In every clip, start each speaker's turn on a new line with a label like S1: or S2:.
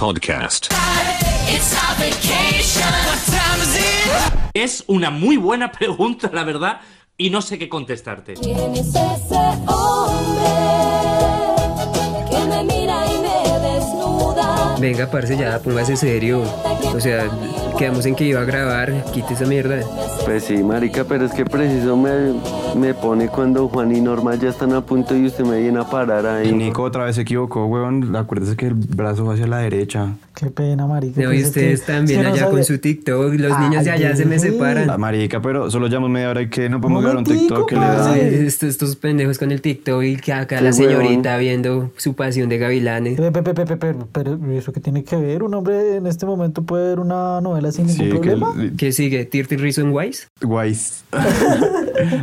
S1: Podcast.
S2: Es una muy buena pregunta, la verdad, y no sé qué contestarte.
S3: ¿Quién es ese hombre que me mira y me desnuda?
S4: Venga, parce, ya, póngase serio. O sea, quedamos en que iba a grabar, quite esa mierda.
S5: Pues sí, marica, pero es que preciso me, me pone cuando Juan y Norma ya están a punto y usted me viene a parar ahí.
S6: Nico otra vez se equivocó, weón. Acuérdese que el brazo va hacia la derecha.
S7: Qué pena, marica.
S4: No, y
S7: pues es que-
S4: ustedes también
S7: es que no
S4: allá con
S7: sabe-
S4: su TikTok, los
S7: Ay,
S4: niños de allá se me
S7: sí.
S6: Ah,
S4: separan.
S6: marica, pero solo llamo media hora y que no podemos grabar un
S7: Momentico,
S6: TikTok que le da.
S7: parce.
S4: Ay, estos, estos pendejos con el TikTok y que acá
S5: Qué
S4: la
S5: huevón.
S4: señorita viendo su pasión de gavilanes.
S7: Pe- pe- pe- pe- pe- Pero, pero eso que tiene que ver, un hombre en este momento puede ver una novela sin ningún
S6: Sí, que
S7: problema.
S6: el-
S4: ¿Qué sigue? ¿Tirty Reason Wise?
S6: guays.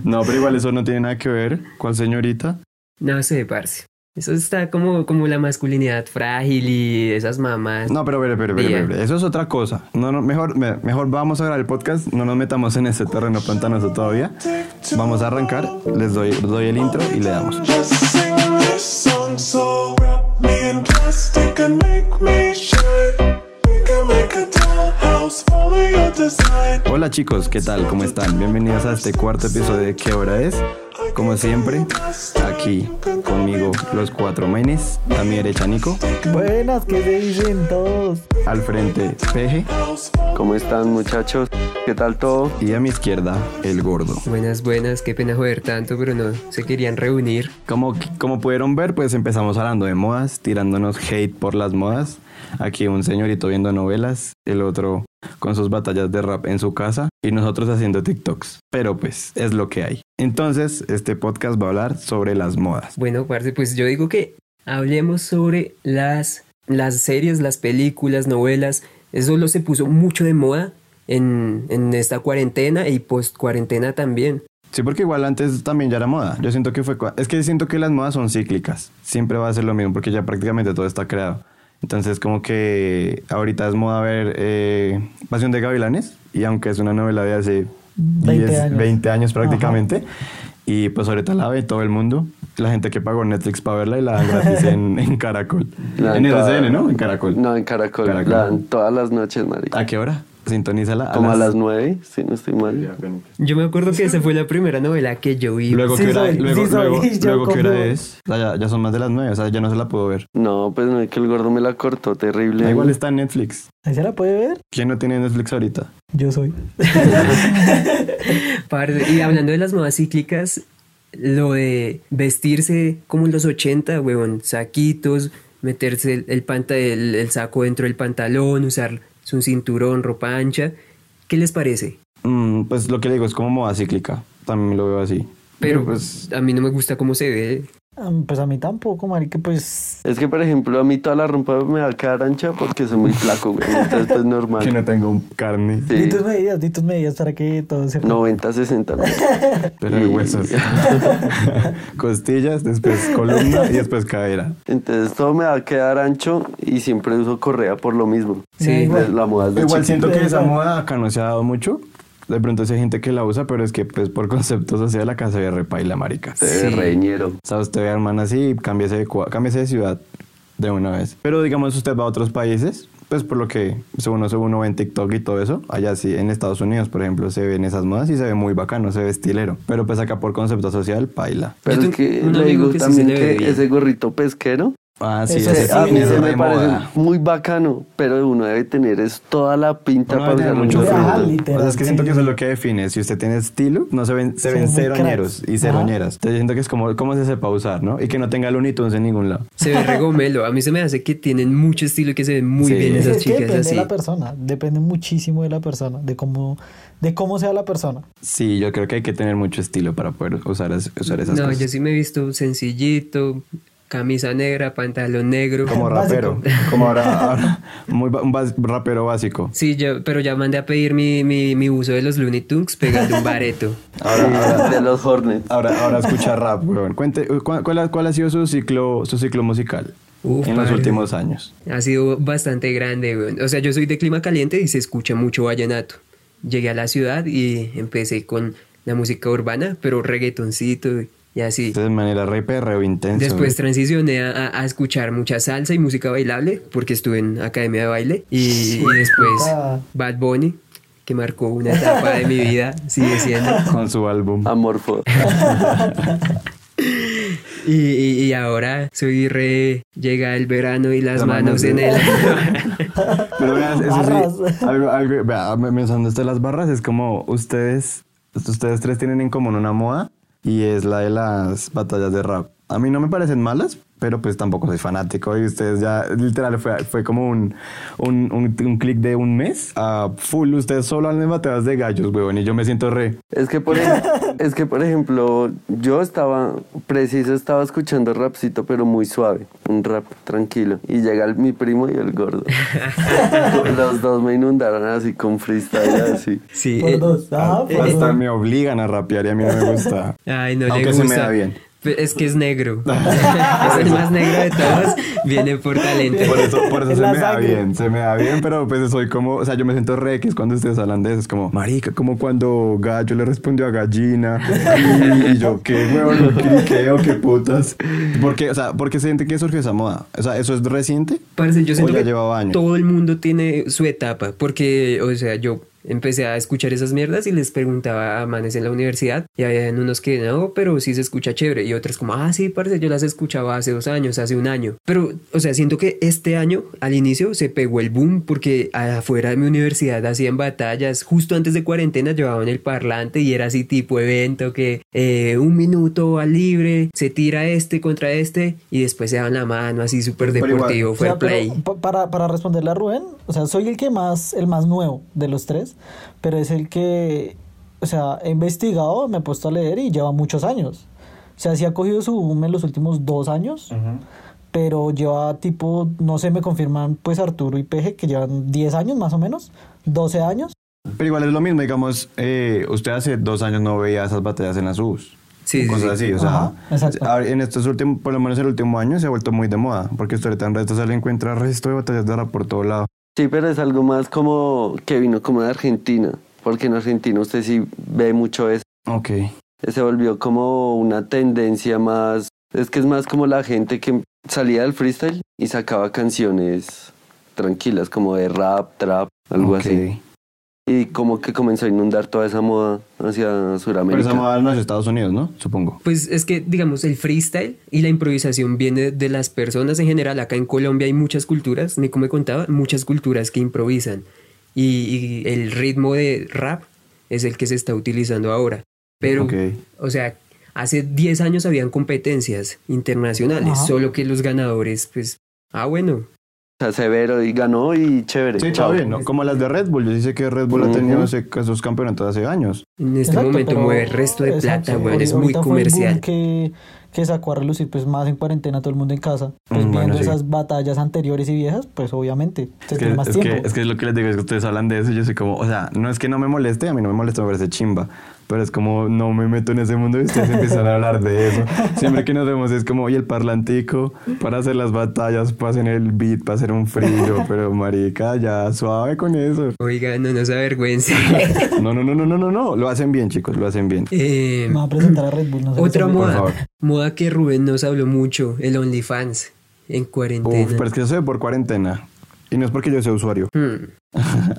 S6: no, pero igual eso no tiene nada que ver. ¿Cuál señorita?
S4: No sé, parce. Eso está como, como la masculinidad frágil y esas mamás.
S6: No, pero, pero, pero, pero,
S4: Bien.
S6: pero, eso es otra cosa. No, no, mejor, me- mejor vamos a grabar el podcast. No nos metamos en ese terreno pantanoso todavía. Vamos a arrancar. Les doy, les doy el intro y le damos.
S8: Just sing this song so wrap me in plastic and make me shine. We can make a dollhouse, follow your design.
S6: Hola chicos, ¿qué tal? ¿Cómo están? Bienvenidos a este cuarto episodio de ¿Qué hora es? Como siempre, aquí conmigo los cuatro maines, a mi derecha Nico,
S7: Buenas, que se dicen todos.
S6: al frente Peje
S5: ¿Cómo están, muchachos? ¿Qué tal todo?
S6: y a mi izquierda el gordo.
S4: Buenas, buenas, qué pena joder tanto, pero no, se querían reunir.
S6: Como, como pudieron ver, pues empezamos hablando de modas, tirándonos hate por las modas. Aquí un señorito viendo novelas, el otro con sus batallas de rap en su casa y nosotros haciendo TikToks. Pero pues es lo que hay. Entonces, este podcast va a hablar sobre las modas.
S4: Bueno, parce, pues yo digo que hablemos sobre las, las series, las películas, novelas. Eso lo se puso mucho de moda en, en esta cuarentena y post cuarentena también.
S6: Sí, porque igual antes también ya era moda. Yo siento que fue... cua- Es que siento que las modas son cíclicas. Siempre va a ser lo mismo porque ya prácticamente todo está creado. Entonces como que ahorita es moda ver eh, Pasión de Gavilanes y aunque es una novela de hace
S7: 20
S6: 10,
S7: años.
S6: 20 años prácticamente. Y pues ahorita la ve todo el mundo. La gente que pagó Netflix para verla y la dan gratis en, en Caracol.
S5: La
S6: en
S5: entrada-
S6: RCN, ¿no? En Caracol.
S5: No, en Caracol.
S6: Caracol.
S5: La dan todas las noches, marica.
S6: ¿A qué hora? Sintonízala.
S5: Como a las nueve, si no estoy mal.
S4: Yo me acuerdo que esa fue la primera novela que yo vi.
S6: Luego,
S7: Sí
S6: ¿qué hora,
S7: soy,
S6: luego,
S7: sí soy,
S6: luego,
S7: yo
S6: luego ¿qué hora
S7: como-
S6: es? O sea, ya, ya son más de las nueve, o sea, ya no se la puedo ver.
S5: No, pues no, es que el gordo me la cortó terrible.
S6: Da Igual está en Netflix.
S7: ¿Ahí se la puede ver?
S6: ¿Quién no tiene Netflix ahorita?
S7: Yo soy.
S4: Parce, y hablando de las modas cíclicas, lo de vestirse como en los 80, huevón, saquitos, meterse el, el panta- el- el saco dentro del pantalón, usar su cinturón, ropa ancha. ¿Qué les parece?
S6: Mm, pues lo que le digo es como moda cíclica. También lo veo así.
S4: Pero
S6: pues.
S4: a mí no me gusta cómo se ve.
S7: Ah, Pues a mí tampoco, marica, pues...
S5: Es que, por ejemplo, a mí toda la rompa me va a quedar ancha porque soy muy flaco, güey. Entonces, pues normal.
S6: Que no tengo un carne.
S5: Sí.
S7: Di tus medidas, di tus medidas para que todo se...
S5: 90, 60. ¿no?
S6: Pero de huesos. Costillas, después columna y después cadera.
S5: Entonces, todo me va a quedar ancho y siempre uso correa por lo mismo.
S4: Sí.
S5: Pues, la moda es de
S6: Igual
S5: chiquito.
S6: siento que esa moda acá no se ha dado mucho. De pronto sí hay gente que la usa, pero es que pues por concepto social la casa de repaila, marica.
S5: Eh,
S4: Sí.
S5: reñero.
S6: O sea, usted ve a hermana así, cámbiese de, cua- cámbiese de ciudad de una vez. Pero digamos, usted va a otros países, pues por lo que según uno, según uno ve en TikTok y todo eso, allá sí, en Estados Unidos, por ejemplo, se ven esas modas y se ve muy bacano, se ve estilero. Pero pues acá por concepto social, paila.
S5: Pero
S4: Yo
S5: es
S4: tengo
S5: que
S4: un
S5: le
S4: amigo
S5: digo
S4: que sí se
S5: también
S4: le ve
S5: que
S4: bien.
S5: ese gorrito pesquero,
S6: Ah, sí,
S7: Eso
S6: ese
S7: sí,
S5: a
S6: también
S5: mí
S6: es
S5: se
S6: re
S5: me parece
S6: moda.
S5: muy bacano, pero uno debe tener es toda la pinta
S6: Uno
S5: para
S6: debe tener
S5: usar
S6: mucho
S5: un
S7: Ajá,
S6: fruto.
S5: gorrito.
S7: literal,
S6: O sea, es que siento
S7: sí.
S6: que eso es lo que define. Si usted tiene estilo, no se ven, se
S7: Se
S6: ven
S7: ven
S6: cero
S7: cracks.
S6: ñeros y cero
S7: Ajá.
S6: ñeras. Entonces, yo siento que es como, como se sepa usar, ¿no? Y que no tenga Looney Tunes en ningún lado.
S4: Se ve regomelo. A mí se me hace que tienen mucho estilo y que se ven muy
S6: Sí.
S4: bien
S7: Es
S4: esas
S7: que
S4: chicas
S7: depende de
S4: así.
S7: la persona, depende muchísimo de la persona, de cómo, de cómo sea la persona.
S6: Sí, yo creo que hay que tener mucho estilo para poder usar, es- usar esas
S4: No,
S6: cosas.
S4: yo sí me he visto sencillito, camisa negra, pantalón negro.
S6: Como rapero. Como ahora, ahora muy ba- un bas- rapero básico.
S4: Sí, yo, pero ya mandé a pedir mi, mi, mi uso de los Looney Tunes pegando un bareto.
S5: Sí, de los Hornets.
S6: Ahora, ahora escucha rap, weón. Cuente, cu- ¿cuál, ha, cuál ha sido su ciclo, su ciclo musical
S4: Uf,
S6: en los
S4: padre.
S6: últimos años?
S4: Ha sido bastante grande, weón. O sea, yo soy de clima caliente y se escucha mucho vallenato. Llegué a la ciudad y empecé con la música urbana, pero reggaetoncito, y así.
S6: De manera re perreo intenso.
S4: Después
S6: güey.
S4: transicioné a, a- a escuchar mucha salsa y música bailable, porque estuve en academia de baile. Y, y después
S7: Ah.
S4: Bad Bunny, que marcó una etapa de mi vida, sigue siendo.
S6: Con su álbum.
S5: Amorfo.
S4: Y, y- y ahora soy re. Llega el verano y las
S6: Las
S4: manos
S6: manos
S4: en
S6: de-
S4: el.
S6: Pero vean, eso
S7: Barras.
S6: sí, algo, algo- vea, mencionando esto de las barras, es como ustedes, ustedes tres tienen en común una moda y es la de las batallas de rap. A mí no me parecen malas, pero pues tampoco soy fanático y ustedes ya, literal, fue, fue como un, un, un, un clic de un mes a full. Ustedes solo hablan de batallas de gallos, weón, y yo me siento re.
S5: Es que, por ej- es que, por ejemplo, yo estaba, preciso, estaba escuchando rapcito, pero muy suave, un rap tranquilo. Y llega el- mi primo y el gordo. Los dos me inundaron así con freestyle, así.
S4: Sí.
S7: Por
S4: eh,
S7: dos. Ah, por
S6: Hasta
S7: dos.
S6: me obligan a rapear y a mí no me gusta.
S4: Ay, no le
S6: Aunque
S4: gusta.
S6: se me da bien.
S4: Pe- Es que es negro. es el más negro de todos. Viene por talento.
S6: Por eso, por eso
S7: Es
S6: se
S7: la
S6: me da
S7: sangre.
S6: bien, se me da bien, pero pues soy como, o sea, yo me siento re X cuando ustedes hablan de eso. Es como, marica, como cuando gallo le respondió a gallina. Y, y yo, qué huevón, lo critiqueo, qué putas. Porque, o sea, porque siente que surgió esa moda. O sea, ¿eso es reciente?
S4: Parce, yo siento
S6: O ya
S4: que
S6: llevaba años.
S4: todo el mundo tiene su etapa, porque, o sea, yo empecé a escuchar esas mierdas y les preguntaba a manes en la universidad y había unos que no, pero sí se escucha chévere y otras como, ah, sí, parce, yo las escuchaba hace dos años, hace un año. Pero, o sea, siento que este año, al inicio, se pegó el boom porque afuera de mi universidad hacían batallas, justo antes de cuarentena llevaban el parlante y era así tipo evento que eh, un minuto va libre, se tira este contra este y después se dan la mano así súper
S6: Pero igual,
S4: deportivo,
S7: O
S4: fair
S7: sea, pero
S4: play.
S7: pa- para, para responderle a Rubén, o sea, soy el que más, el más nuevo de los tres, pero es el que, o sea, he investigado, me he puesto a leer y lleva muchos años. O sea, sí ha cogido su boom en los últimos dos años, pero lleva tipo, no sé, me confirman pues Arturo y Peje que llevan 10 años más o menos, 12 años.
S6: Pero igual es lo mismo, digamos, eh, usted hace dos años no veía esas batallas en las U's.
S4: Sí, sí,
S6: cosas
S4: sí.
S6: así, o sea,
S7: Ajá, exacto.
S6: ahora en estos últimos, por lo menos el último año se ha vuelto muy de moda, porque usted ahorita en redes sociales encuentra resto de batallas de rap por todo lado.
S5: Sí, pero es algo más como que vino como de Argentina. Porque en Argentina usted sí ve mucho eso.
S6: Ok.
S5: Se volvió como una tendencia más. Es que es más como la gente que salía del freestyle y sacaba canciones tranquilas, como de rap, trap, algo
S6: ok.
S5: así. Y como que comenzó a inundar toda esa moda hacia
S6: Pero esa
S5: Sudamérica.
S6: moda en los Estados Unidos, ¿no? Supongo.
S4: Pues es que, digamos, el freestyle y la improvisación viene de las personas en general. Acá en Colombia hay muchas culturas, Nico me contaba, muchas culturas que improvisan. Y, y el ritmo de rap es el que se está utilizando ahora. Pero,
S6: Ok.
S4: o sea, hace 10 años habían competencias internacionales,
S7: Ajá.
S4: solo que los ganadores, pues, ah, bueno,
S5: O sea, severo y ganó y chévere.
S6: Sí, está
S5: Chao.
S6: bien, ¿no? Como las de Red Bull. Yo sí sé que Red Bull ha tenido
S5: Ujú.
S6: ese- esos campeonatos hace años.
S4: en este
S7: Exacto,
S4: momento
S7: pero-
S4: mueve resto de
S7: exacto,
S4: plata, weón,
S7: ahorita-
S4: es muy
S7: ahorita fue el boom
S4: comercial.
S7: Que, que sacó a relucir pues más en cuarentena todo el mundo en casa, pues
S6: Mm, bueno,
S7: viendo
S6: sí.
S7: esas batallas anteriores y viejas, pues obviamente se
S6: Es que,
S7: tiene más
S6: es,
S7: tiempo.
S6: que, es que es lo que les digo, es que ustedes hablan de eso. y Yo soy como, o sea, no es que no me moleste, a mí no me molesta, me parece chimba. Pero es como, no me meto en ese mundo y ustedes empiezan a hablar de eso. Siempre que nos vemos es como, oye, el parlantico para hacer las batallas, para hacer el beat, para hacer un frío. Pero marica, ya suave con eso.
S4: Oiga, no nos avergüence.
S6: No, no, no, no, no, no, no. Lo hacen bien, chicos, lo hacen bien.
S4: Eh,
S7: Me va a presentar a Red Bull, no sé.
S4: Otra
S7: qué
S6: Por
S7: se-
S4: moda,
S6: favor.
S4: moda que Rubén nos habló mucho, el OnlyFans en cuarentena.
S6: Uf, pero es que eso se ve por cuarentena. Y no es porque yo sea usuario.
S4: Hmm.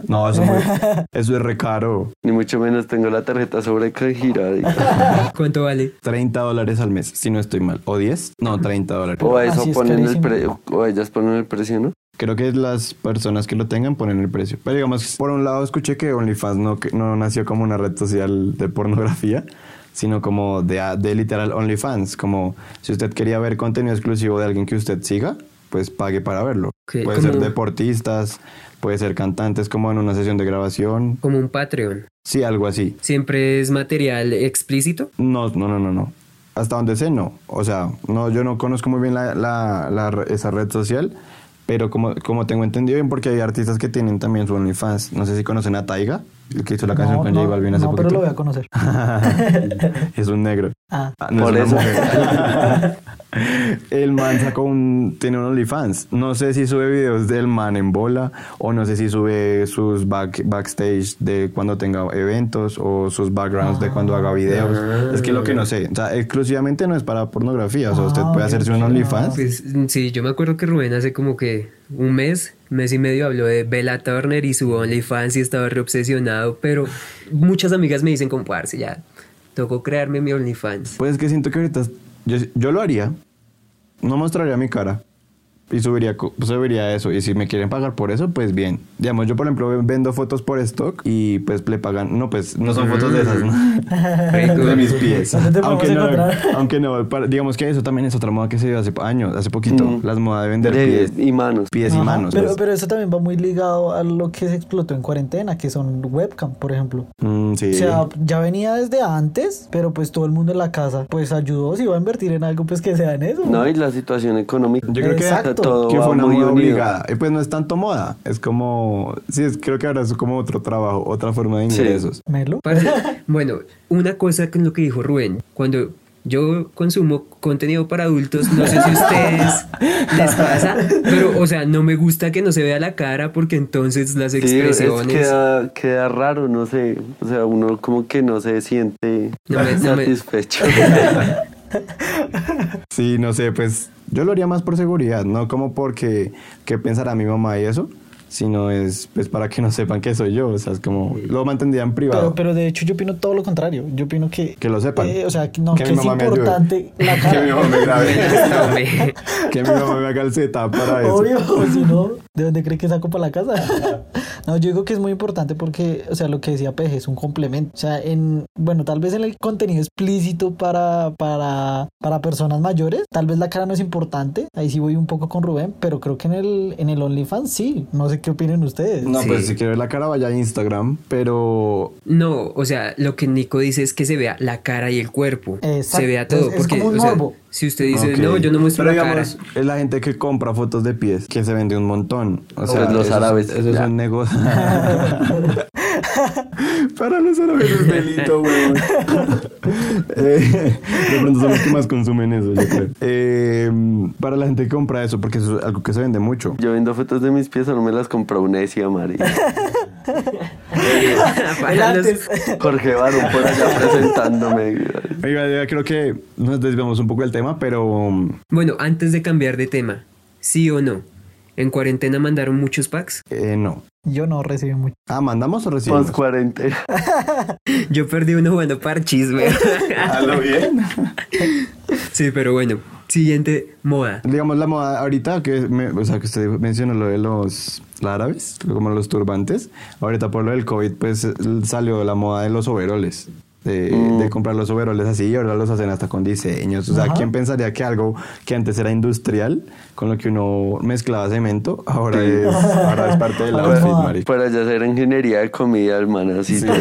S6: No, eso es, muy- eso es re caro.
S5: Ni mucho menos tengo la tarjeta sobrecargada.
S4: ¿Cuánto vale?
S6: 30 dólares al mes, si no estoy mal. ¿O 10? No, 30 dólares.
S5: O a eso
S7: Así es
S5: ponen el
S7: carísimo.
S5: pre- o ellas ponen el precio, ¿no?
S6: Creo que las personas que lo tengan ponen el precio. Pero digamos, por un lado escuché que OnlyFans no, que no nació como una red social de pornografía, sino como de, de literal OnlyFans. Como si usted quería ver contenido exclusivo de alguien que usted siga, pues pague para verlo.
S4: Ok,
S6: puede
S4: como-
S6: ser deportistas, puede ser cantantes como en una sesión de grabación.
S4: Como un Patreon.
S6: Sí, algo así.
S4: Siempre es material explícito.
S6: No, no, no, no, no. Hasta donde sé, no. O sea, no, yo no conozco muy bien la, la- la re- esa red social, pero como, como tengo entendido bien, porque hay artistas que tienen también su OnlyFans. No sé si conocen a Taiga, el que hizo la canción
S7: No,
S6: con
S7: no,
S6: J Balvin hace
S7: no,
S6: poquito.
S7: pero lo voy a conocer.
S6: es un negro.
S7: Ah,
S6: Ah, no,
S5: Por
S6: es una
S5: eso.
S6: mujer. El man sacó un. Tiene un OnlyFans. No sé si sube videos del man en bola. O no sé si sube sus back, backstage de cuando tenga eventos. O sus backgrounds de cuando haga videos. Es que lo que no sé. O sea, exclusivamente no es para pornografía. O sea, usted puede hacerse un OnlyFans.
S4: Pues, sí, yo me acuerdo que Rubén hace como que un mes, mes y medio habló de Bella Turner y su OnlyFans y estaba reobsesionado, pero muchas amigas me dicen, comparse ya, tocó crearme mi OnlyFans.
S6: Pues es que siento que ahorita. Yo, yo lo haría. No mostraría mi cara. Y subiría, co- subiría eso. Y si me quieren pagar por eso, pues bien. Digamos, yo por ejemplo vendo fotos por stock y pues le pagan. No, pues no son fotos de esas, ¿no? de mis pies.
S7: ¿Dónde te
S6: Aunque no,
S7: podemos encontrar?
S6: aunque no, para- digamos que eso también es otra moda que se dio hace años, hace poquito. Las modas de vender
S5: De-
S6: pies,
S5: y manos.
S6: pies y
S7: Ajá,
S6: manos.
S7: pero,
S6: pues.
S7: pero eso también va muy ligado a lo que se explotó en cuarentena, que son webcam, por ejemplo.
S6: Mm, sí.
S7: O sea, ya venía desde antes, pero pues todo el mundo en la casa, pues ayudó, si va a invertir en algo, pues que sea en eso.
S5: No, y la situación económica.
S6: Yo creo que-
S7: Exacto.
S5: todo
S6: que
S5: va
S6: fue una
S5: muy
S6: moda
S5: unido.
S6: obligada. Y pues no es tanto moda, es como. Sí, es- creo que ahora es como otro trabajo, otra forma de
S5: Sí.
S6: ingresos.
S7: Melo.
S4: Parce, bueno, una cosa con lo que dijo Rubén, cuando yo consumo contenido para adultos, no sé si a ustedes les pasa, pero o sea, no me gusta que no se vea la cara porque entonces las
S5: Sí, es
S4: expresiones...
S5: queda, queda raro, no sé. O sea, uno como que no se siente
S4: No me- no me-
S5: satisfecho.
S6: Sí, no sé, pues yo lo haría más por seguridad, no como porque qué pensará mi mamá y eso, sino es pues para que no sepan que soy yo, o sea, es como lo mantendría en privado.
S7: Pero, pero de hecho yo opino todo lo contrario. Yo opino que...
S6: Que lo sepan.
S7: eh, o sea, que, no,
S6: Que
S7: que,
S6: mi
S7: es
S6: mamá me ayude.
S7: importante la cara.
S6: que mi mamá me grabe,
S4: No me-
S6: que mi mamá me haga el setup para eso.
S7: Obvio, pues, si no, ¿de dónde cree que saco para la casa? no, yo digo que es muy importante porque, o sea, lo que decía Peje es un complemento. O sea, en, bueno, tal vez en el contenido explícito para, para, para personas mayores, tal vez la cara no es importante. Ahí sí voy un poco con Rubén, pero creo que en el, en el OnlyFans sí. No sé qué opinen ustedes.
S6: No,
S4: Sí.
S6: pues si quiero ver la cara vaya a Instagram, pero
S4: No, o sea, lo que Nico dice es que se vea la cara y el cuerpo.
S7: Exacto.
S4: Se vea todo.
S7: Es- es
S4: porque,
S7: como un
S4: o sea,
S7: morbo.
S4: si usted dice,
S6: Ok.
S4: no, yo no muestro
S6: Pero
S4: la
S6: digamos,
S4: cara.
S6: es la gente que compra fotos de pies, que se vende un montón. O sea,
S5: los
S6: eso es-
S5: árabes,
S6: Eso es
S5: ya.
S6: un negocio. Para los árabes es delito, weón. Eh, de pronto son los que más consumen eso, yo creo. Eh, para la gente que compra eso, porque eso es algo que se vende mucho.
S5: Yo vendo fotos de mis pies, solo me las compró Unesia, María.
S4: Para
S7: El
S4: los-
S7: antes.
S5: Jorge Barón por allá presentándome.
S6: Oiga, ya creo que nos desviamos un poco del tema, pero um,
S4: Bueno, antes de cambiar de tema, sí o no. En cuarentena mandaron muchos packs.
S6: eh, no.
S7: Yo no recibí mucho.
S6: Ah, ¿mandamos o recibimos?
S5: Post cuarentena.
S4: Yo perdí uno jugando parchis, güey.
S6: ¿A lo bien?
S4: sí, pero bueno. Siguiente moda.
S6: Digamos la moda ahorita que me- o sea que usted mencionó lo de los árabes, como los turbantes. Ahorita por lo del COVID pues l- salió la moda de los overoles. De, de
S7: Mm.
S6: comprar los overoles así y ahora los hacen hasta con diseños. O sea, ¿quién pensaría que algo que antes era industrial, con lo que uno mezclaba cemento, ahora es, ahora es parte del
S7: Ahora es
S6: outfit,
S7: moda.
S6: marica?
S5: Para allá hacer ingeniería de comida, hermano. Así todo.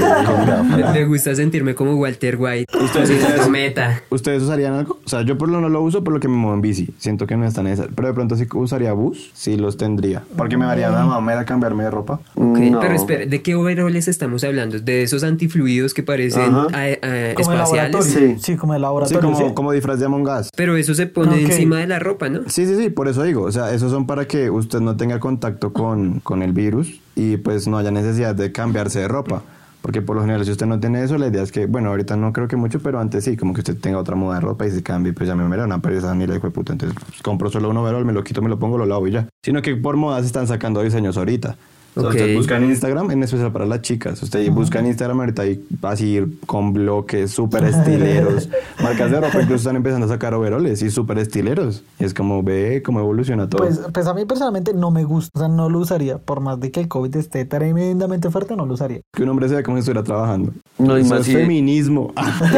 S4: Me gusta sentirme como Walter White. Entonces, meta.
S6: ¿Ustedes usarían algo? O sea, yo por lo no lo uso por lo que me muevo en bici. Siento que no es tan necesario. Pero de pronto sí usaría bus, sí los tendría. Porque
S7: Mm.
S6: me daría la mamera cambiarme de ropa.
S4: Ok,
S5: No.
S4: Pero espera, ¿de qué overoles estamos hablando? ¿De esos antifluidos que parecen ah, ah,
S5: Ajá.
S7: Como de
S4: espaciales?
S7: laboratorio. Sí. como de
S6: Sí,
S7: laboratorio.
S6: como,
S7: Sí,
S6: como disfraz de Among Us.
S4: Pero eso se pone
S7: Ok.
S4: encima de la ropa, ¿no?
S6: Sí, sí, sí, por eso digo. O sea, esos son para que usted no tenga contacto con, con el virus y pues no haya necesidad de cambiarse de ropa. Porque por lo general, si usted no tiene eso, la idea es que, bueno, ahorita no creo que mucho, pero antes sí, como que usted tenga otra moda de ropa y se cambie, pues ya me verá una pereza ni la hijo de puta. Entonces pues, compro solo un overall, me lo quito, me lo pongo, lo lavo y ya. Sino que por moda se están sacando diseños ahorita. O sea,
S4: Ok.
S6: usted busca en Instagram, en especial para las chicas. Usted busca en Instagram ahorita y así con bloques súper estileros. Marcas de ropa incluso están empezando a sacar overoles y súper estileros. Y es como ve cómo evoluciona todo.
S7: Pues, pues a mí personalmente no me gusta, o sea, no lo usaría. Por más de que el COVID esté tremendamente fuerte, no lo usaría.
S6: que un hombre se vea como si estuviera trabajando.
S5: No, y
S6: Eso
S5: más
S6: es
S5: si-
S6: feminismo.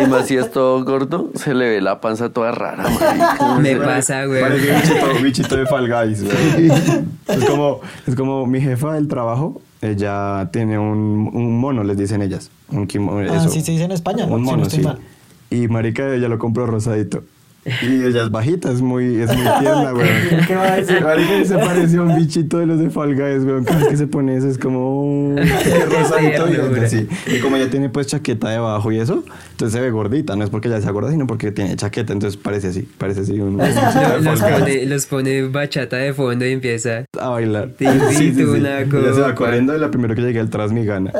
S5: Y más si es todo gordo, se le ve la panza toda rara, marica.
S4: Me pasa, güey.
S6: Parece bichito, bichito de Fall Guys. güey. es, como, es como mi jefa del trabajo, ella tiene un, un mono, les dicen ellas. Un kimono,
S7: Ah,
S6: eso.
S7: sí se dice en España,
S6: Un
S7: si no
S6: mono,
S7: estoy
S6: sí.
S7: mal.
S6: Y marica, ella lo compró rosadito. Y ella es bajita, es muy, es muy tierna, weón.
S7: ¿Qué va a decir?
S6: Marica, se parece a un bichito de los de Fall Guys, weón. Cada vez que se pone eso es como... oh, qué rosadito, y es así. Y como ella tiene pues chaqueta debajo y eso, entonces se ve gordita. No es porque ella sea gorda, sino porque tiene chaqueta. Entonces parece así, parece así un... un bichito
S4: Lo-
S6: de
S4: Los
S6: Fall Guys.
S4: pone, los pone bachata de fondo y empieza.
S6: a bailar.
S4: Te invito una
S6: Ya se
S4: copa.
S6: va corriendo y la primera que llegue al tras mi gana.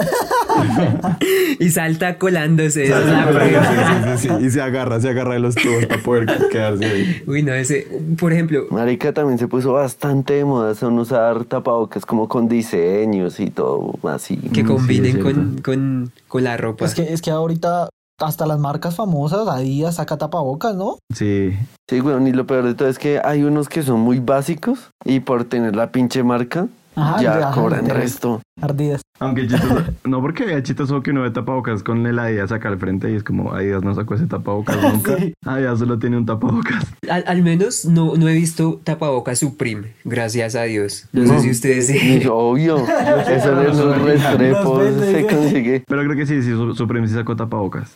S4: Y salta colándose. esa es la prueba.
S6: Sí, sí, sí, sí. Y se agarra, se agarra de los tubos para poder quedarse ahí.
S4: Uy, no, ese. Por ejemplo,
S5: Marica también se puso bastante de moda son usar tapabocas como con diseños y todo así.
S4: que
S6: Mm,
S4: combinen
S6: sí, es
S4: con,
S6: cierto.
S4: con, con la ropa.
S7: Es que, es que ahorita hasta las marcas famosas, Adidas saca tapabocas, ¿no?
S6: Sí.
S5: Sí, weón, y lo peor de todo es que hay unos que son muy básicos y por tener la pinche marca
S7: Ajá,
S5: ya
S7: ya,
S5: cobran
S7: ya.
S5: resto.
S7: Ardidas.
S6: Aunque chistoso, no porque hay chistoso que uno ve tapabocas con el Adidas acá al frente y es como Adidas no sacó ese tapabocas nunca. Adidas solo tiene un tapabocas.
S4: Al, al menos no, no he visto tapabocas Supreme, gracias a Dios. No, sé si ustedes
S5: Y
S4: sí.
S5: yo, obvio, eso de los restrepos
S7: Los venden,
S5: se
S7: güey.
S5: consigue.
S6: Pero creo que sí, sí, su, Supreme sí sacó tapabocas.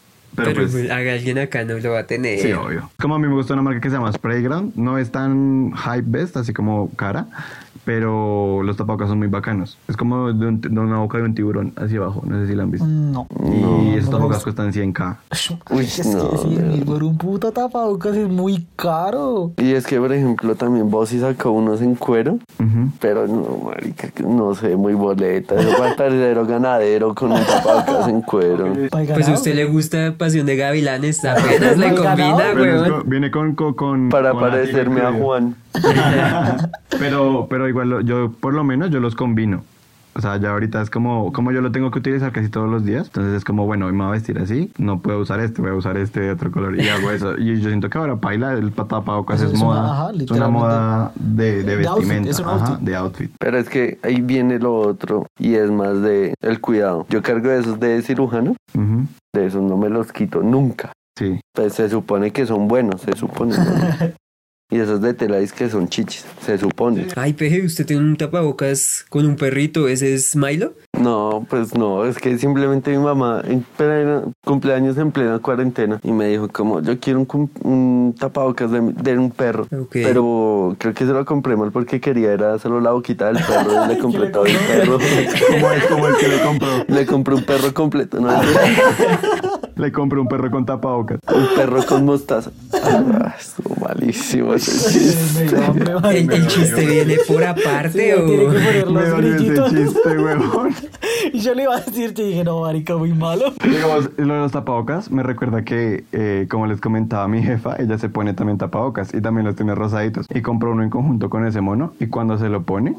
S6: Pero,
S4: Pero,
S6: pues,
S4: pues, a alguien acá no lo va a tener.
S6: sí, obvio. Eh, Como a mí me gusta una marca que se llama Sprayground, no es tan hype best, así como cara, pero los tapabocas son muy bacanos. Es como de, un- de una boca de un tiburón hacia abajo, no sé si la han
S5: Mm.
S6: visto.
S7: No.
S6: y esos tapabocas cuestan 100k.
S5: Uy,
S7: es
S5: no,
S7: que sí, mil por un puto tapabocas es muy caro.
S5: Y es que, por ejemplo, también Bossy sacó unos en cuero,
S6: Ujú.
S5: pero no, marica, que no sé, muy boleta. Yo verdadero ganadero con un tapabocas en cuero.
S7: Pa'l
S4: Pues a
S7: ganado.
S4: usted le gusta Pasión de Gavilanes, apenas le
S7: Mal
S4: combina,
S7: ganado.
S6: Pero es
S4: weón.
S6: co- viene con, con, con-
S5: eh. Para
S6: con látigo
S5: parecerme a
S6: incluido.
S5: Juan.
S6: Pero, pero igual lo- yo, por lo menos, yo los combino. O sea, ya ahorita es como, como yo lo tengo que utilizar casi todos los días. Entonces es como, bueno, hoy me voy a vestir así. No puedo usar este, voy a usar este de otro color. Y hago eso. Y yo siento que ahora paila el tapabocas
S7: Eso
S6: es,
S7: es una-
S6: moda.
S7: ajá,
S6: es una
S7: literalmente.
S6: moda de, de
S7: De outfit,
S6: vestimenta.
S7: es un
S6: ajá,
S7: outfit.
S6: de outfit.
S5: Pero es que ahí viene lo otro y es más de el cuidado. Yo cargo de esos de cirujano,
S6: Ujú,
S5: de esos no me los quito nunca.
S6: Sí.
S5: Pues se supone que son buenos, se supone. ¿no? y esos de tela es que son chichis, se supone.
S4: Ay, peje, usted tiene un tapabocas con un perrito, ese es Milo.
S5: No, pues no, es que simplemente mi mamá en plena- cumpleaños en plena cuarentena y me dijo como yo quiero un, cum- un tapabocas de, de un perro.
S4: Ok.
S5: Pero creo que se lo compré mal porque quería era solo la boquita del perro y le compré todo el perro.
S6: Como el, como el que le compró.
S5: Le compré un perro completo, ¿no?
S6: Le compró un perro con tapabocas.
S5: Un perro con mostaza. Ah, estuvo malísimo ese chiste.
S7: Me dio hambre, madre.
S4: El, el chiste viene por aparte
S7: Sí, tiene
S4: o.
S7: que poner
S6: Me
S7: los
S6: dolió ese
S7: brillitos.
S6: chiste, huevón.
S7: Y yo le iba a decir, te dije, no, marica, muy malo.
S6: Digamos, lo de los tapabocas me recuerda que, eh, como les comentaba mi jefa, ella se pone también tapabocas y también los tiene rosaditos. Y compró uno en conjunto con ese mono y cuando se lo pone,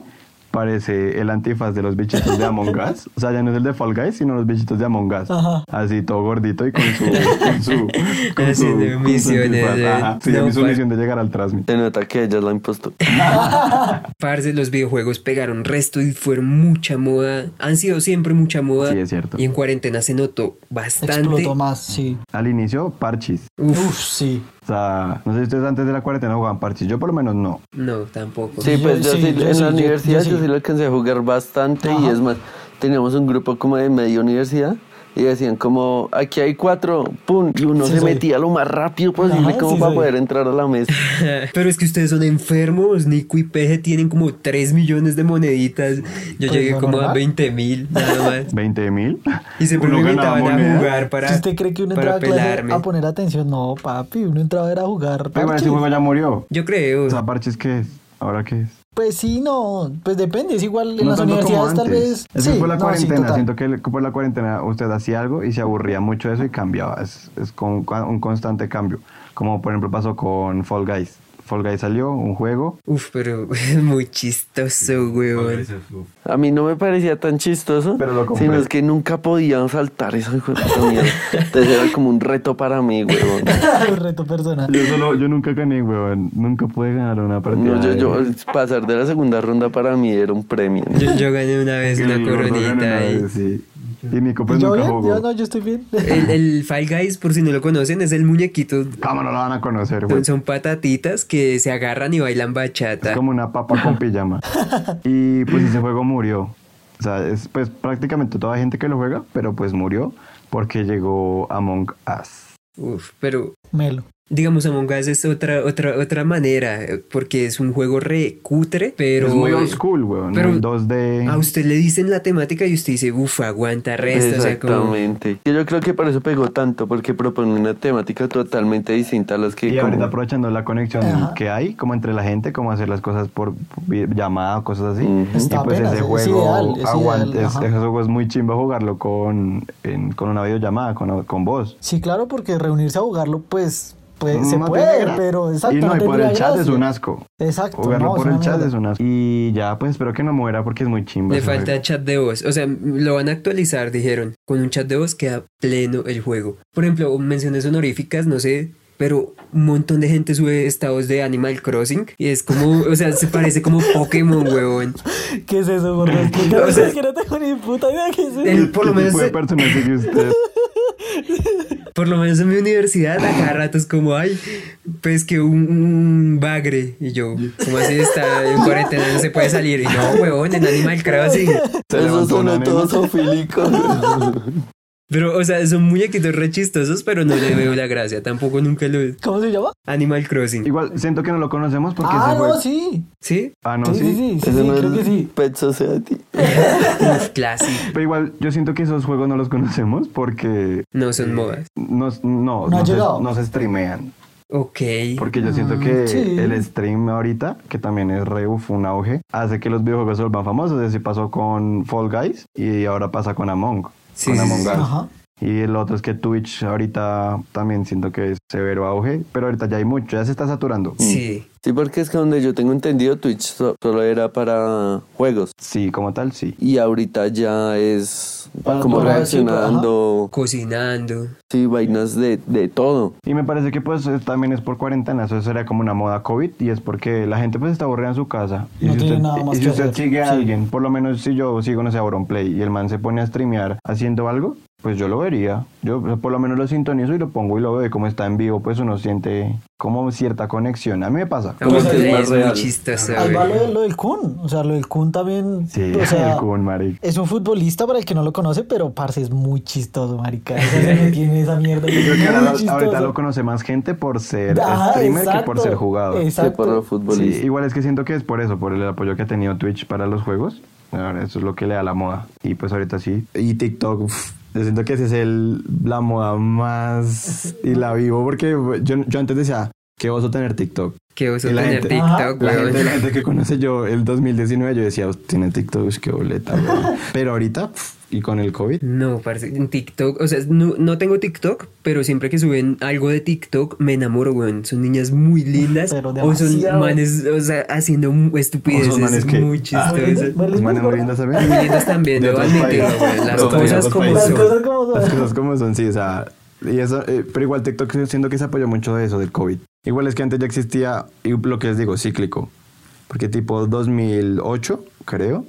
S6: parece el antifaz de los bichitos de Among Us. O sea, ya no es el de Fall Guys, sino los bichitos de Among Us.
S7: Ajá.
S6: Así, todo gordito y con su... Con su, con su,
S4: Haciendo
S6: con su
S4: misiones,
S6: antifaz.
S4: eh.
S6: Ajá. Sí, ya
S4: No,
S6: me hizo
S4: pa-
S6: misión de llegar al Trasmi.
S5: Se nota que ella la impostó.
S4: Parce, los videojuegos pegaron resto y fueron mucha moda. Han sido siempre mucha moda.
S6: Sí, es cierto.
S4: Y en cuarentena se notó bastante.
S7: Explotó más, sí.
S6: Al inicio, parchis.
S4: Uf,
S7: Uf, sí.
S6: O sea, no sé si ustedes antes de la cuarentena jugaban parchis. Yo por lo menos no.
S4: no, tampoco.
S5: Sí,
S7: Yo-
S5: pues yo
S7: sí,
S5: sí,
S7: yo
S5: en
S7: sí,
S5: la
S7: yo-
S5: universidad
S7: yo sí.
S5: yo sí lo alcancé a jugar bastante y
S7: Ajá.
S5: es más, teníamos un grupo como de media universidad y decían como, aquí hay cuatro, pum, y uno
S7: Sí,
S5: se
S7: sí.
S5: metía lo más rápido posible
S7: Ajá,
S5: como
S7: sí,
S5: para
S7: sí.
S5: poder entrar a la mesa.
S4: Pero es que ustedes son enfermos. Nico y Peje tienen como 3 millones de moneditas. Yo
S7: Pues
S4: llegué
S7: lo
S4: como a
S7: normal.
S4: 20 mil, nada más.
S6: 20 mil.
S4: Y siempre me invitaban a jugar para,
S7: Si usted cree que uno
S4: para
S7: entraba a, clase
S4: pelarme.
S7: a poner atención, no, papi, uno entraba era a jugar.
S6: Pero bueno,
S7: parche.
S6: ese juego ya murió.
S4: Yo creo.
S6: O sea, parches, ¿qué es? ¿Ahora qué es?
S7: Pues sí, no, pues depende, es igual en
S6: No
S7: las
S6: tanto como
S7: universidades tal
S6: antes.
S7: vez.
S6: Es
S7: sí,
S6: que por la
S7: no, sí,
S6: cuarentena,
S7: total.
S6: siento que el- por la cuarentena usted hacía algo y se aburría mucho de eso y cambiaba. Es, es con, con un constante cambio. Como por ejemplo pasó con Fall Guys. Fall Guys salió, un juego.
S4: Uf, pero es muy chistoso, weón.
S5: A mí no me parecía tan chistoso,
S6: Pero lo compré.
S5: sino es que nunca podían saltar esa hijo de puta mierda. Entonces era como un reto para mí, huevón.
S7: Un reto personal.
S6: Yo solo, yo nunca gané, weón. Nunca pude ganar una partida.
S5: No, yo,
S6: de-
S5: yo, pasar de la segunda ronda para mí era un premio. ¿no?
S4: Yo, yo gané una vez
S6: que
S4: una
S6: el gordo ganó una
S4: coronita. y-
S6: vez, sí. Y Nico
S7: ¿Y
S6: pues
S7: yo
S6: nunca
S7: bien?
S6: jugó.
S7: Yo no, yo estoy bien.
S4: El, el Fall Guys, por si no lo conocen, es el muñequito.
S6: ¿Cómo no lo van a conocer, weón?
S4: Son, son patatitas que se agarran y bailan bachata.
S6: Es como una papa con pijama. Y pues ese juego murió. O sea, es pues prácticamente toda gente que lo juega, pero pues murió porque llegó Among Us.
S4: Uf, pero
S7: Melo.
S4: Digamos, Among Us es otra, otra, otra manera, eh, porque es un juego re cutre, pero...
S6: es muy
S7: eh,
S6: old school, weón.
S4: pero-
S6: muy 2D.
S7: Ah,
S4: A usted le dicen la temática y usted dice, uff, aguanta resto, o sea, como...
S5: Exactamente. Que yo creo que por eso pegó tanto, porque propone una temática totalmente distinta a las que...
S6: Y
S5: como-
S6: ahorita aprovechando la conexión
S7: Ajá.
S6: que hay, como entre la gente, como hacer las cosas por vi- llamada o cosas así.
S5: Ujú.
S7: Mm. Está
S6: y pues
S7: apenas,
S6: ese
S7: es
S6: juego,
S7: ideal, es
S6: aguanta-
S7: ideal,
S6: es-
S7: ajá.
S6: ese juego es muy chimba jugarlo con, en- con una videollamada, con, con voz.
S7: Sí, claro, porque reunirse a jugarlo, pues, pues, se
S6: No
S7: puede,
S6: tiene gra-
S7: pero exacto.
S6: Y no, y por
S7: tendría
S6: el chat es
S7: gracia.
S6: un asco.
S7: Exacto.
S6: Jugarlo
S7: no,
S6: por
S7: es
S6: el
S7: una
S6: chat
S7: mierda.
S6: es un asco. Y ya, pues espero que no muera porque es muy chimba.
S4: Le
S6: ese juego.
S4: falta chat de voz. O sea, m- lo van a actualizar, dijeron. Con un chat de voz queda pleno el juego. Por ejemplo, menciones honoríficas, no sé. Pero un montón de gente sube estados de Animal Crossing. Y es como, o sea, se parece como Pokémon, huevón.
S7: ¿Qué es eso, gordo? Explícame,
S4: O sea-
S7: es que no tengo ni puta idea qué es eso.
S4: El- por,
S6: ¿Qué
S4: lo menos,
S6: tipo de personaje que usted?
S4: por lo menos en mi universidad, a cada rato es como, ay, pues que un, un bagre. Y yo, como así está en cuarentena, no se puede salir. Y no, huevón, en Animal Crossing.
S6: Se
S5: Eso
S6: levantó una
S5: sonó
S6: nena.
S5: todo zoofílico.
S4: Pero, o sea, son muñequitos re chistosos, pero no le veo la gracia. Tampoco nunca lo.
S7: ¿Cómo se llama?
S4: Animal Crossing.
S6: Igual, siento que no lo conocemos porque
S7: Ah,
S6: ese
S7: no,
S6: juego...
S7: sí.
S4: ¿Sí?
S6: Ah, no,
S7: Sí,
S6: sí.
S7: sí, sí, sí,
S5: Eso
S7: sí,
S5: no
S7: creo que
S5: es
S7: sí.
S5: Pet Society.
S4: Uf, clásico.
S6: Pero igual, yo siento que esos juegos no los conocemos porque
S4: No son modas.
S6: nos- no,
S7: ha
S6: no, se-
S7: llegado.
S6: no se streamean.
S4: Ok.
S6: Porque yo siento que
S7: sí.
S6: el stream ahorita, que también es re uf, un auge, hace que los videojuegos se vuelvan famosos. Así pasó con Fall Guys y ahora pasa con Among.
S4: Sí,
S6: con
S4: sí,
S6: Among
S4: sí,
S6: Us.
S4: sí.
S7: Ajá.
S6: Y el otro es que Twitch ahorita también siento que es severo auge, pero ahorita ya hay mucho, ya se está saturando.
S4: Sí.
S5: Sí, porque es que donde yo tengo entendido, Twitch so- solo era para juegos.
S6: Sí, como tal, sí.
S5: Y ahorita ya es
S7: Para
S5: como
S7: todo,
S5: reaccionando,
S4: Cocinando.
S5: sí, vainas de, de todo.
S6: Y me parece que pues eh, también es por cuarentena, eso sería como una moda COVID y es porque la gente pues está aburrida en su casa. Y
S7: No
S6: si
S7: tiene
S6: usted,
S7: nada más
S6: y si
S7: que
S6: usted
S7: hacer,
S6: sigue a
S7: sí.
S6: alguien, por lo menos si yo sigo, no sé, a Play y el man se pone a streamear haciendo algo, pues yo lo vería. Yo pues, por lo menos lo sintonizo y lo pongo y lo veo y como está en vivo, pues uno siente como cierta conexión. A mí me pasa.
S4: Among
S5: Pues
S4: Us
S5: es más
S4: es muy
S5: real.
S4: chistoso.
S7: Ahí va lo,
S4: güey.
S7: de- lo del Kun. O sea, lo del Kun también.
S6: Sí,
S7: o sea,
S6: el Kun, marica.
S7: Es un futbolista para el que no lo conoce, pero parce es muy chistoso, marica. O sea, se me tiene esa mierda.
S6: Yo creo que
S7: muy
S6: ahora-
S7: chistoso.
S6: ahorita lo conoce más gente por ser
S7: Ajá,
S6: streamer que por
S7: exacto,
S6: ser jugador.
S5: Que por
S7: Exacto.
S5: los futbolistas.
S6: Sí, igual es que siento que es por eso, por el apoyo que ha tenido Twitch para los juegos. Ahora, eso es lo que le da la moda. Y pues ahorita sí. Y TikTok, uf, yo siento que esa es el, la moda más... Y la vivo porque yo, yo antes decía, qué oso tener TikTok.
S4: Qué oso
S6: Y la
S4: tener
S6: gente-
S4: TikTok,
S6: La gente, la
S4: weón.
S6: gente que conoce yo, el 2019 yo decía, "Uf, tiene TikTok, ush, qué boleta. weón". Pero ahorita, pf, y con el COVID,
S4: No, parce, en TikTok, o sea, no, no tengo TikTok, pero siempre que suben algo de TikTok me enamoro, weón. Son niñas muy lindas
S7: Pero
S4: o son
S7: demasiado.
S4: manes, o sea, haciendo mu- estupideces
S6: Esos manes que-
S4: muy
S6: Ah,
S4: chistosas.
S7: ¿Vale?
S6: los manes muy lindos también.
S4: Muy lindas también,
S6: De
S4: debo
S6: otros
S4: admitirlo,
S6: países.
S4: weón. Las
S6: De otros
S4: cosas como
S6: países.
S7: Las
S4: son.
S7: cosas como son.
S6: Las cosas como son, sí, o sea. Y eso, eh, pero igual TikTok siento que se apoyó mucho de eso, del COVID. Igual es que antes ya existía, y lo que les digo, cíclico. Porque tipo 2008, creo,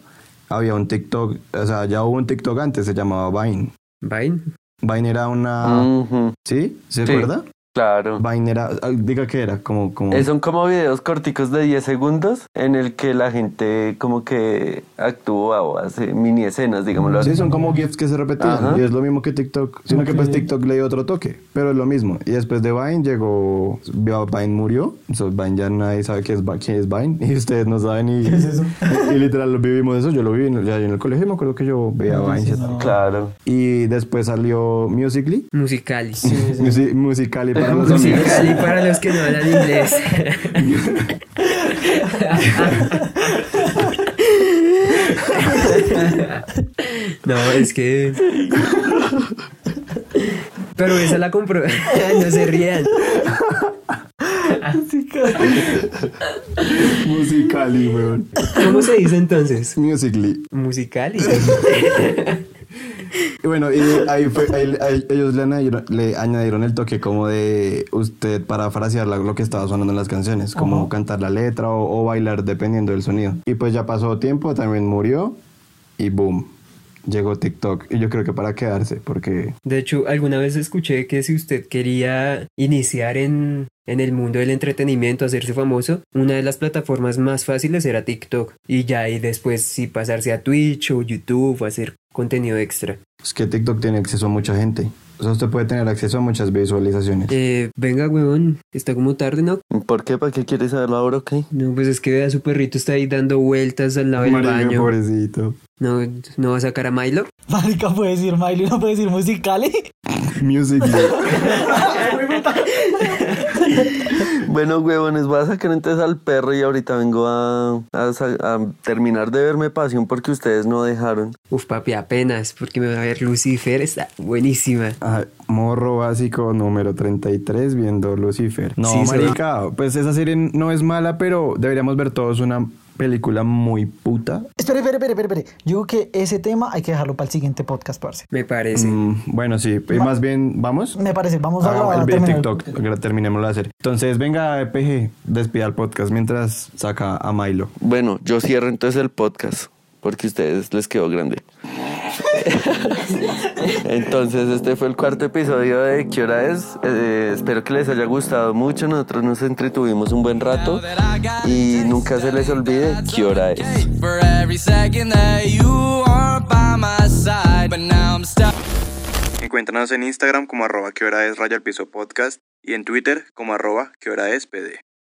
S6: había un TikTok, o sea, ya hubo un TikTok antes, se llamaba Vine.
S4: Vine.
S6: Vine era una...
S5: Ujú,
S6: ¿Sí? ¿Se
S5: Mm. Sí.
S6: acuerda?
S5: claro.
S6: Vine era... ah, Diga que era, como... como
S5: Eh, son como videos corticos de 10 segundos en el que la gente como que actúa o hace mini escenas, digámoslo así.
S6: Sí, son como GIFs que se repetían.
S5: Ajá.
S6: Y es lo mismo que TikTok. Sino que pues TikTok le dio otro toque. Pero es lo mismo. Y después de Vine llegó. Vine murió. So, Vine ya nadie sabe qué es, Vi- qué es Vine. Y ustedes no saben. Y, y, literal lo vivimos eso. Yo lo viví en, ya en el colegio. y Me acuerdo que yo
S7: Ah,
S6: veía Vine. y tal.
S5: Claro.
S6: Y después salió Musically.
S4: Musicali.
S6: Musi- Musically para los amigos.
S4: Musicali para los que no hablan inglés. No, es que. Pero esa la compró. No se rían.
S6: Musically, weón.
S4: ¿Cómo se dice entonces?
S6: Musically.
S4: Musicali.
S6: Y bueno, y ahí fue, ahí- ahí ellos le añadieron, le añadieron el toque como de usted parafrasear la- lo que estaba sonando en las canciones, como cantar la letra o, o bailar dependiendo del sonido. Y pues ya pasó tiempo, también murió y boom. llegó TikTok y yo creo que para quedarse, porque
S4: De hecho, alguna vez escuché que si usted quería iniciar en, en el mundo del entretenimiento, hacerse famoso, una de las plataformas más fáciles era TikTok. Y ya, y después sí pasarse a Twitch o YouTube o hacer contenido extra.
S6: es que TikTok tiene acceso a mucha gente. O sea, usted puede tener acceso a muchas visualizaciones.
S4: Eh, venga, huevón, está como tarde, ¿no?
S5: ¿Por qué? ¿Para qué quieres saber la hora o qué?
S4: No, pues es que vea, su perrito está ahí dando vueltas al lado del
S6: Marica,
S4: baño.
S6: pobrecito.
S4: No, ¿No va a sacar a Milo?
S7: Marica puede decir Miley, no puede decir musicali.
S6: Music.
S5: Bueno, huevones, voy a sacar entonces al perro y ahorita vengo a, a sa- a terminar de verme pasión porque ustedes no dejaron.
S4: Uf, papi, apenas, porque me va a ver Lucifer, está buenísima.
S6: Ah, morro básico número 33 viendo Lucifer. No,
S4: Sí, se
S6: marica, pues esa serie no es mala, pero deberíamos ver todos una película muy puta.
S7: Espere, espere, espere, espere, espere. Yo creo que ese tema hay que dejarlo para el siguiente podcast, parce.
S4: Me parece.
S6: Mm, bueno, sí, y más bien, ¿vamos?
S7: Me parece, vamos a
S6: Ah,
S7: grabar.
S6: el video
S7: terminar.
S6: TikTok, gra- terminemos de hacer. Entonces, venga, EPG, despida el podcast mientras saca a Milo.
S5: Bueno, yo cierro entonces el podcast porque a ustedes les quedó grande. Entonces, este fue el cuarto episodio de ¿Qué hora es? Eh, espero que les haya gustado mucho. Nosotros nos entretuvimos un buen rato y nunca se les olvide ¿Qué hora es?
S1: For every second that you aren't by my side, but now I'm stuck.
S9: Encuéntranos en Instagram como arroba que hora es raya al piso podcast y en Twitter como arroba que hora es pd.